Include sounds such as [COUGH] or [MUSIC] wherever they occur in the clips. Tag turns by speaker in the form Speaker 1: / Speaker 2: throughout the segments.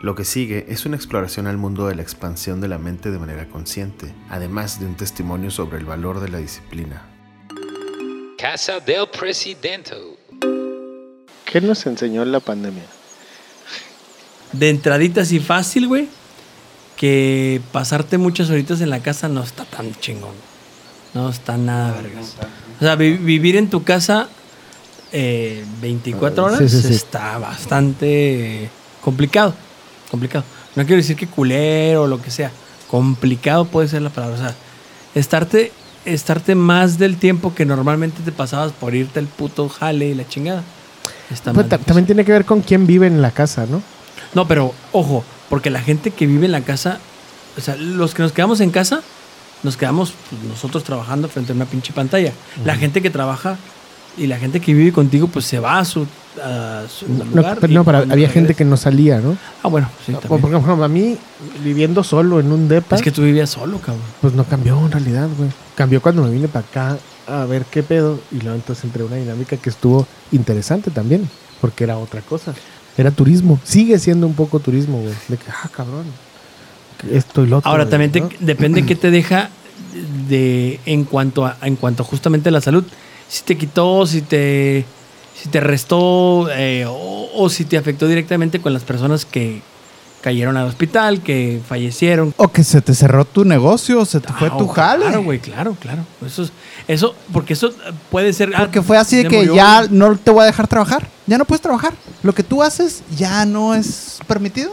Speaker 1: Lo que sigue es una exploración al mundo de la expansión de la mente de manera consciente, además de un testimonio sobre el valor de la disciplina.
Speaker 2: Casa del Presidente.
Speaker 3: ¿Qué nos enseñó la pandemia?
Speaker 4: De entradita así fácil, güey, que pasarte muchas horitas en la casa no está tan chingón. No está nada vergas. O sea, vi- vivir en tu casa eh, 24 horas
Speaker 5: Sí, sí, sí.
Speaker 4: está bastante complicado. Complicado. No quiero decir que culero o lo que sea. Complicado puede ser la palabra. O sea, estarte, estarte más del tiempo que normalmente te pasabas por irte al puto jale y la chingada. Está
Speaker 5: Pues,
Speaker 4: mal.
Speaker 5: ta- también tiene que ver con quién vive en la casa, ¿no?
Speaker 4: No, pero ojo, porque la gente que vive en la casa, o sea, los que nos quedamos en casa, nos quedamos pues, nosotros trabajando frente a una pinche pantalla. La gente que trabaja y la gente que vive contigo, pues se va a su, a su
Speaker 5: No,
Speaker 4: lugar.
Speaker 5: pero
Speaker 4: y
Speaker 5: no, pero
Speaker 4: cuando
Speaker 5: había gente
Speaker 4: regresa-
Speaker 5: que no salía, ¿no?
Speaker 4: Ah, bueno, sí,
Speaker 5: Por
Speaker 4: también.
Speaker 5: por ejemplo, a mí, viviendo solo en un depa,
Speaker 4: Es que tú vivías solo, cabrón.
Speaker 5: pues no cambió en realidad, güey. Cambió cuando me vine para acá a ver qué pedo. Y luego entonces entré a una dinámica que estuvo interesante también, porque era otra cosa. Era turismo. Sigue siendo un poco turismo, güey. De que, ah, cabrón. Esto y lo otro.
Speaker 4: Ahora
Speaker 5: güey,
Speaker 4: también te-
Speaker 5: ¿no?
Speaker 4: depende qué te deja de en cuanto a en cuanto justamente a la salud. Si te quitó, si te si te restó eh, o, o si te afectó directamente con las personas que cayeron al hospital, que fallecieron.
Speaker 6: O que se te cerró tu negocio, o se te fue
Speaker 4: Ah,
Speaker 6: tu jale.
Speaker 4: Claro, güey, claro, claro. Eso es- eso porque eso eh, puede ser ah,
Speaker 6: Porque fue así de
Speaker 4: se
Speaker 6: que
Speaker 4: murió.
Speaker 6: ya no te voy a dejar trabajar. Ya no puedes trabajar. Lo que tú haces ya no es permitido.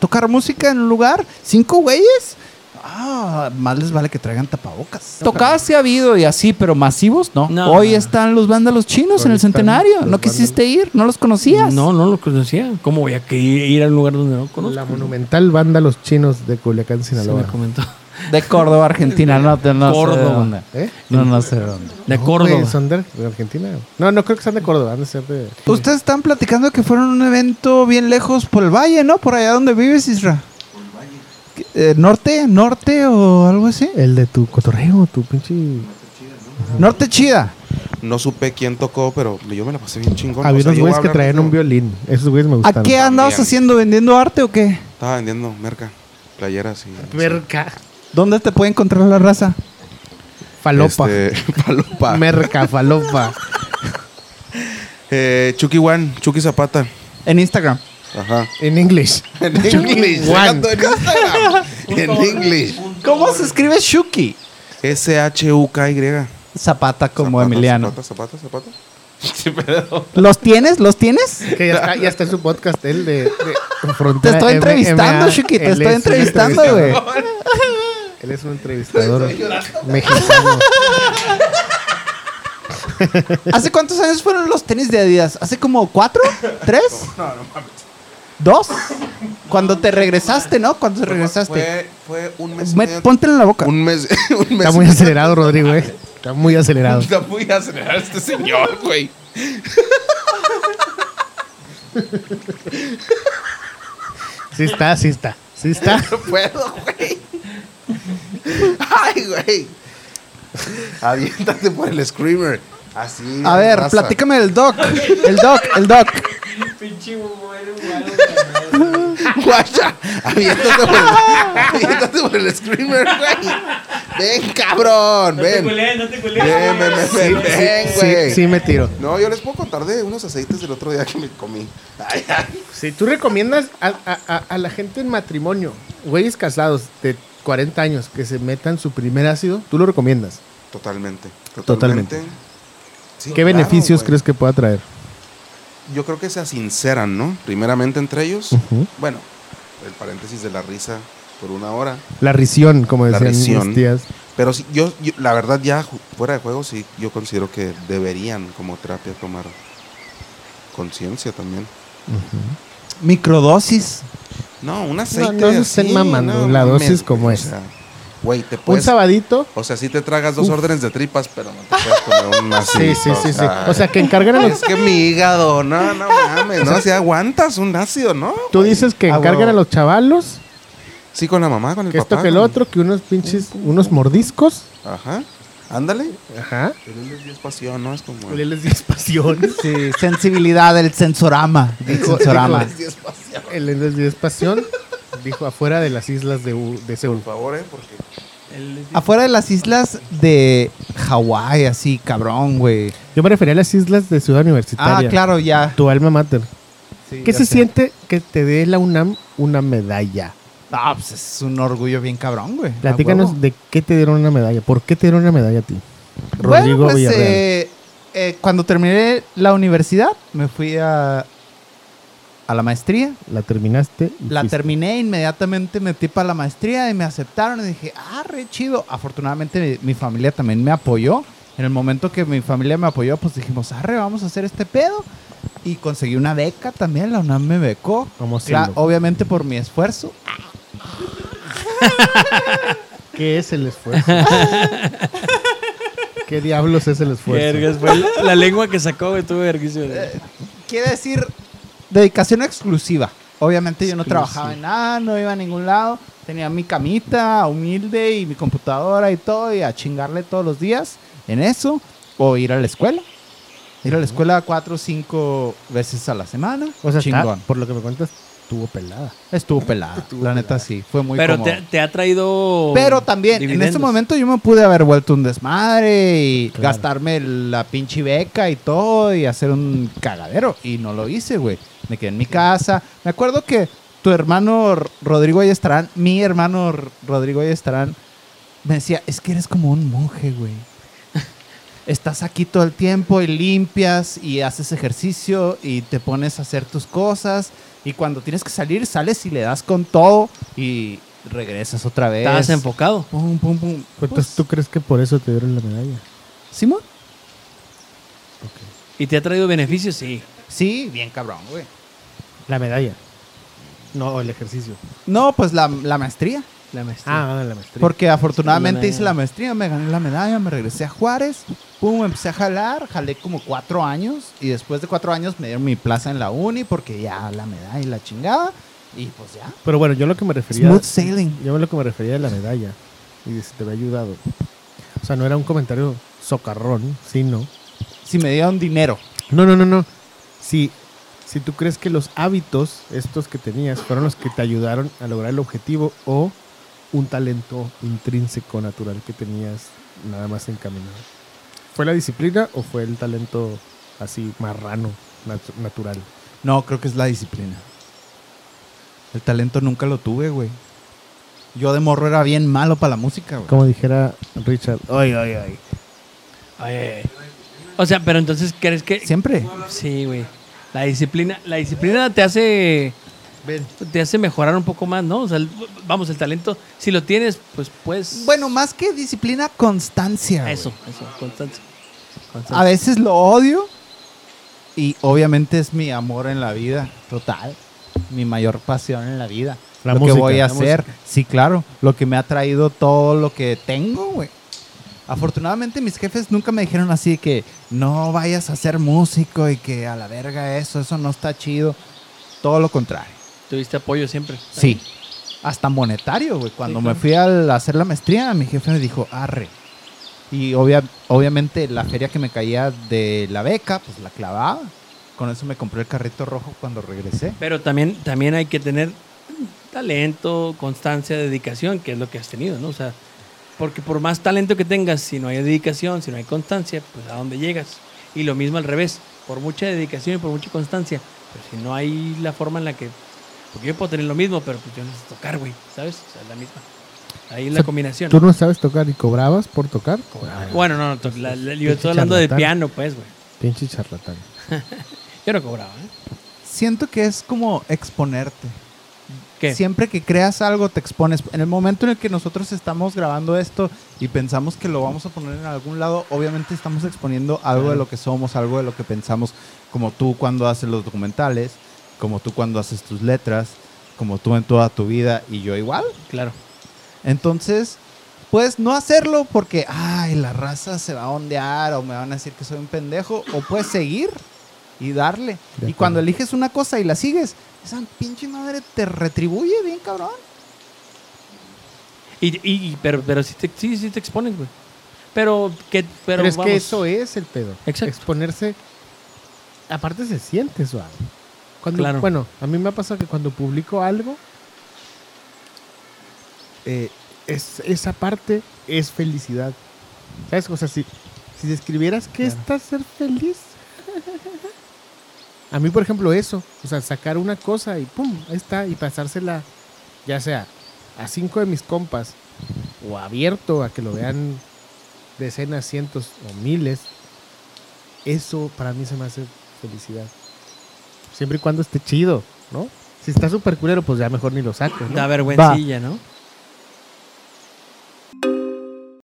Speaker 6: Tocar música en un lugar, cinco güeyes. Ah, más les vale que traigan tapabocas.
Speaker 7: Tocadas sí ha habido y así, pero masivos no.
Speaker 4: No.
Speaker 6: Hoy están los vándalos chinos
Speaker 5: Hoy
Speaker 6: en el
Speaker 5: están
Speaker 6: centenario.
Speaker 5: los
Speaker 6: No quisiste ir, no los conocías.
Speaker 4: No, no lo conocía. ¿Cómo voy a que ir, ir a un lugar donde no conozco?
Speaker 5: La monumental banda Los Chinos de Culiacán,
Speaker 4: Se
Speaker 5: Sinaloa.
Speaker 4: me comentó.
Speaker 6: De Córdoba, Argentina. No, te- no sé
Speaker 4: Córdoba.
Speaker 6: de dónde.
Speaker 5: ¿Eh?
Speaker 6: No, no sé de dónde.
Speaker 4: De
Speaker 5: No,
Speaker 4: Córdoba.
Speaker 5: güey, son de, de Argentina. No, no creo que sean de Córdoba, han de ser de.
Speaker 6: Ustedes están platicando que fueron a un evento bien lejos por el valle, ¿no? Por allá donde vives, Isra. ¿Qué- eh, ¿Norte? ¿Norte o algo así?
Speaker 5: El de tu cotorreo, tu pinche.
Speaker 6: Norte chida.
Speaker 8: No supe quién tocó, pero yo me la pasé bien chingón.
Speaker 5: Había
Speaker 8: O sea,
Speaker 5: unos
Speaker 8: yo voy a
Speaker 5: güeyes que
Speaker 8: hablar
Speaker 5: traían
Speaker 8: de-
Speaker 5: un violín. Esos güeyes me
Speaker 6: ¿A
Speaker 5: gustaron.
Speaker 6: qué andabas
Speaker 8: También.
Speaker 6: haciendo? ¿Vendiendo arte o qué?
Speaker 8: Estaba vendiendo merca, playeras y...
Speaker 5: Merca.
Speaker 6: ¿Dónde te puede encontrar la raza?
Speaker 5: Falopa.
Speaker 8: Este, [LAUGHS] palopa.
Speaker 5: Merca, falopa.
Speaker 8: Eh, Chucky One, Chucky Zapata.
Speaker 6: En Instagram.
Speaker 8: Ajá.
Speaker 5: En inglés.
Speaker 8: [LAUGHS] En
Speaker 5: One.
Speaker 8: English. sacando En Instagram. En English.
Speaker 6: ¿Cómo se escribe Shuki?
Speaker 8: S-H-U-K-Y.
Speaker 6: Zapata como
Speaker 8: Zapata,
Speaker 6: Emiliano.
Speaker 8: Zapata, Zapata, Zapata.
Speaker 6: ¿Los tienes? ¿Los tienes?
Speaker 5: Que ya está, ya está en su podcast, el de, de
Speaker 6: Te
Speaker 5: Frontera
Speaker 6: estoy
Speaker 5: M-
Speaker 6: entrevistando,
Speaker 5: MA.
Speaker 6: Shuki. Te
Speaker 5: Él
Speaker 6: estoy
Speaker 5: es un
Speaker 6: entrevistando, güey.
Speaker 5: entrevistador. Él es un entrevistador
Speaker 8: [LAUGHS]
Speaker 5: mexicano.
Speaker 6: ¿Hace cuántos años fueron los tenis de Adidas? ¿Hace como cuatro? ¿Tres? ¿Dos? Cuando te regresaste, ¿no? Cuando te regresaste.
Speaker 8: Fue, fue un mes. y
Speaker 6: Me-
Speaker 8: medio-
Speaker 6: Póntelo en la boca.
Speaker 8: Un mes. [LAUGHS] Un mes.
Speaker 5: Está muy acelerado, Rodrigo, eh. Está muy
Speaker 8: [LAUGHS]
Speaker 5: acelerado.
Speaker 8: Está muy acelerado este señor, güey.
Speaker 5: Sí está, sí está. Sí está.
Speaker 8: [LAUGHS] No puedo, güey. Ay, güey. Aviéntate por el screamer. Así.
Speaker 6: A ver,
Speaker 8: raza.
Speaker 6: platícame del doc. El doc, el doc.
Speaker 8: Guacha, aviéntate por el, aviéntate por el screamer, güey. Ven, cabrón, ven. Ven, ven, ven, ven, ven,
Speaker 5: Sí,
Speaker 8: güey.
Speaker 5: sí me tiro.
Speaker 8: No, yo les puedo contar de unos aceites del otro día que me comí. Ay, ay.
Speaker 5: Si tú recomiendas a, a- a- a la gente en matrimonio, güeyes casados de 40 años que se metan su primer ácido, tú lo recomiendas.
Speaker 8: Totalmente.
Speaker 5: Totalmente.
Speaker 8: Sí,
Speaker 5: ¿Qué
Speaker 8: claro,
Speaker 5: beneficios
Speaker 8: güey.
Speaker 5: crees que pueda traer?
Speaker 8: Yo creo que se sinceran, ¿no? Primeramente entre ellos.
Speaker 5: Ujú.
Speaker 8: Bueno, el paréntesis de la risa por una hora.
Speaker 5: La risión, como
Speaker 8: La
Speaker 5: decían
Speaker 8: risión.
Speaker 5: mis tías.
Speaker 8: Pero sí, yo, yo- la verdad, ya ju- fuera de juego, sí, yo considero que deberían como terapia tomar conciencia también.
Speaker 6: Microdosis.
Speaker 8: No, un aceite.
Speaker 5: no se estén
Speaker 8: así,
Speaker 5: mamando,
Speaker 8: no
Speaker 5: la
Speaker 8: mames,
Speaker 5: dosis como
Speaker 8: güey,
Speaker 5: es.
Speaker 8: o sea, Güey, te
Speaker 5: Un
Speaker 8: puedes.
Speaker 5: sabadito.
Speaker 8: O sea, sí te tragas dos órdenes de tripas, pero no te puedes
Speaker 5: [LAUGHS]
Speaker 8: comer un ácido.
Speaker 5: Sí, sí, sí, sí. O sea, que encarguen a los...
Speaker 8: es [LAUGHS] que mi hígado, no, no mames, no, si aguantas un ácido, ¿no?
Speaker 5: Tú dices que
Speaker 6: Ah,
Speaker 5: encarguen
Speaker 6: huevo.
Speaker 5: a los chavalos,
Speaker 8: Sí, con la mamá, con el
Speaker 5: que
Speaker 8: papá.
Speaker 5: esto que el
Speaker 8: con-
Speaker 5: otro, que unos pinches, unos mordiscos.
Speaker 8: Ajá. Ándale.
Speaker 5: Ajá.
Speaker 8: Pero él es espacio, ¿no? Es como.
Speaker 5: [LAUGHS] Les diez pasiones.
Speaker 6: Sí, sensibilidad, el sensorama. El sensorama.
Speaker 8: Es espacio.
Speaker 5: el Endless Pasión dijo afuera de las islas de, U- de Seúl.
Speaker 8: Por favor, ¿eh? Porque
Speaker 6: Afuera de las islas de Hawái, así, cabrón, güey.
Speaker 5: Yo me refería a las islas de Ciudad
Speaker 6: Ah,
Speaker 5: Universitaria.
Speaker 6: claro, ya.
Speaker 5: Tu alma mater.
Speaker 6: Sí,
Speaker 5: ¿Qué
Speaker 6: ya
Speaker 5: se
Speaker 6: sé.
Speaker 5: siente que te dé la UNAM una medalla?
Speaker 6: Ah, pues es un orgullo bien cabrón, güey. a huevo.
Speaker 5: Platícanos de qué te dieron una medalla. ¿Por qué te dieron una medalla a ti? Rodrigo
Speaker 6: bueno, pues,
Speaker 5: Villarreal.
Speaker 6: eh, eh, cuando terminé la universidad, me fui a, a la maestría.
Speaker 5: La terminaste. y
Speaker 6: La
Speaker 5: fuiste.
Speaker 6: terminé, inmediatamente metí para la maestría y me aceptaron. Y dije, ah, re chido. Afortunadamente, mi, mi familia también me apoyó. En el momento que mi familia me apoyó, pues dijimos, arre, vamos a hacer este pedo. Y conseguí una beca también, la UNAM me becó.
Speaker 5: Vamos
Speaker 6: Cla-
Speaker 5: siendo.
Speaker 6: obviamente por mi esfuerzo.
Speaker 5: ¿Qué es el [LAUGHS] esfuerzo? ¿Qué diablos es el esfuerzo?
Speaker 4: Vergas, güey. La, la lengua que sacó, güey, estuvo verguísimo.
Speaker 6: Quiere decir, dedicación exclusiva. Obviamente yo no trabajaba en nada, no iba a ningún lado. Tenía mi camita humilde y mi computadora y todo, y a chingarle todos los días en eso. O ir a la escuela. Ir a la escuela cuatro o cinco veces a la semana.
Speaker 5: O sea, está-
Speaker 6: chingón.
Speaker 5: por lo que me cuentas, estuvo pelada.
Speaker 6: Estuvo pelada. la neta sí, fue muy
Speaker 4: Pero
Speaker 6: cómodo.
Speaker 4: te, te ha traído.
Speaker 6: Pero también, en este
Speaker 4: dividendos.
Speaker 6: momento yo me pude haber vuelto un desmadre y
Speaker 5: Claro.
Speaker 6: gastarme la pinche beca y todo y hacer un cagadero. Y no lo hice, güey. Me quedé en mi casa. Me acuerdo que tu hermano R- Rodrigo Ayestarán, mi hermano R- Rodrigo Ayestarán, me decía, es que eres como un monje, güey. [LAUGHS] Estás aquí todo el tiempo y limpias y haces ejercicio y te pones a hacer tus cosas y cuando tienes que salir sales y le das con todo y regresas otra vez.
Speaker 4: Estabas enfocado.
Speaker 6: Pum, pum, pum.
Speaker 5: Entonces, ¿tú crees que por eso te dieron la medalla?
Speaker 6: ¿Simón?
Speaker 4: Y te ha traído beneficios, sí.
Speaker 6: Sí, bien cabrón, güey.
Speaker 5: La medalla. No, el ejercicio.
Speaker 6: No, pues la, la maestría.
Speaker 4: La maestría.
Speaker 5: Ah, la maestría.
Speaker 6: Porque afortunadamente
Speaker 4: La
Speaker 6: hice la maestría, me gané la medalla, me regresé a Juárez, pum, empecé a jalar, jalé como cuatro años y después de cuatro años me dieron mi plaza en la uni porque ya la medalla y la chingada y pues ya.
Speaker 5: Pero bueno, yo lo que me refería.
Speaker 6: Smooth sailing.
Speaker 5: Yo lo que me refería a la medalla. Y de si te había ayudado. O sea, no era un comentario socarrón, sino.
Speaker 6: Si me dieron dinero.
Speaker 5: No, no, no, no. Si, si tú crees que los hábitos, estos que tenías, fueron los que te ayudaron a lograr el objetivo o un talento intrínseco, natural que tenías nada más encaminado. ¿Fue la disciplina o fue el talento así marrano, nat- natural?
Speaker 6: No, creo que es la disciplina. El talento nunca lo tuve, güey. Yo de morro era bien malo para la música, güey.
Speaker 5: Como dijera Richard. Ay, ay, ay.
Speaker 4: Ay, ay, ay. O sea, pero entonces, ¿crees que.?
Speaker 6: Siempre.
Speaker 4: Sí, güey. La disciplina, la disciplina te hace. Te hace mejorar un poco más, ¿no? O sea, el- vamos, el talento, si lo tienes, pues pues.
Speaker 6: Bueno, más que disciplina, constancia. güey.
Speaker 4: Eso, eso, constancia. Constancia.
Speaker 6: A veces lo odio y obviamente es mi amor en la vida, total. Mi mayor pasión en la vida.
Speaker 5: La
Speaker 6: lo
Speaker 5: música,
Speaker 6: que voy
Speaker 5: la
Speaker 6: a hacer. Sí, claro. Lo que me ha traído todo lo que tengo, güey. Afortunadamente mis jefes nunca me dijeron así de que no vayas a ser músico y que a la verga eso, eso no está chido. Todo lo contrario.
Speaker 4: Tuviste apoyo siempre.
Speaker 6: Ah. Sí. Hasta monetario, güey. Cuando
Speaker 4: Sí,
Speaker 6: me
Speaker 4: claro.
Speaker 6: fui al- a hacer la maestría, mi jefe me dijo, arre. Y obvia- obviamente la feria que me caía de la beca, pues la clavaba. Con eso me compré el carrito rojo cuando regresé.
Speaker 4: Pero también, también hay que tener talento, constancia, dedicación, que es lo que has tenido, ¿no? O sea, porque por más talento que tengas, si no hay dedicación, si no hay constancia, pues a dónde llegas. Y lo mismo al revés, por mucha dedicación y por mucha constancia, pero si no hay la forma en la que... Porque yo puedo tener lo mismo, pero pues yo no sé tocar, güey, ¿sabes? O sea, es la misma. Ahí es
Speaker 5: O
Speaker 4: la
Speaker 5: sea,
Speaker 4: combinación.
Speaker 5: ¿Tú no sabes tocar y cobrabas por tocar?
Speaker 4: Bueno, no, no, to- la- la- yo
Speaker 5: Pinche
Speaker 4: estoy hablando de
Speaker 5: charlatán.
Speaker 4: piano, pues, güey.
Speaker 5: Pinche charlatán.
Speaker 4: Yo no cobraba, ¿eh?
Speaker 6: Siento que es como exponerte.
Speaker 4: ¿Qué?
Speaker 6: Siempre que creas algo te expones. En el momento en el que nosotros estamos grabando esto y pensamos que lo vamos a poner en algún lado, obviamente estamos exponiendo algo de lo que somos, algo de lo que pensamos, como tú cuando haces los documentales, como tú cuando haces tus letras, como tú en toda tu vida y yo igual.
Speaker 4: Claro.
Speaker 6: Entonces, puedes no hacerlo porque, ay, la raza se va a ondear o me van a decir que soy un pendejo, o puedes seguir y
Speaker 5: De
Speaker 6: darle. Y
Speaker 5: acuerdo.
Speaker 6: cuando eliges una cosa y la sigues, esa pinche madre te retribuye bien, cabrón.
Speaker 4: Y, y- y- pero, pero sí te, sí, sí te expones, güey. Pero, que, pero,
Speaker 5: Pero, es
Speaker 4: vamos,
Speaker 5: que eso es el pedo.
Speaker 4: Exacto.
Speaker 5: Exponerse. Aparte se siente suave. Cuando,
Speaker 4: Claro.
Speaker 5: Bueno, a mí me ha pasado que cuando publico algo, eh, es, esa parte es felicidad. ¿Sabes? O sea, si, si describieras que está ser feliz. A mí, por ejemplo, eso. O sea, sacar una cosa y pum, ahí está. Y pasársela, ya sea a cinco de mis compas o abierto a que lo vean decenas, cientos o miles. Eso para mí se me hace felicidad. Siempre y cuando esté chido, ¿no? Si está súper culero, pues ya mejor ni lo saco. ¿no?
Speaker 4: Da vergüencilla, ¿no?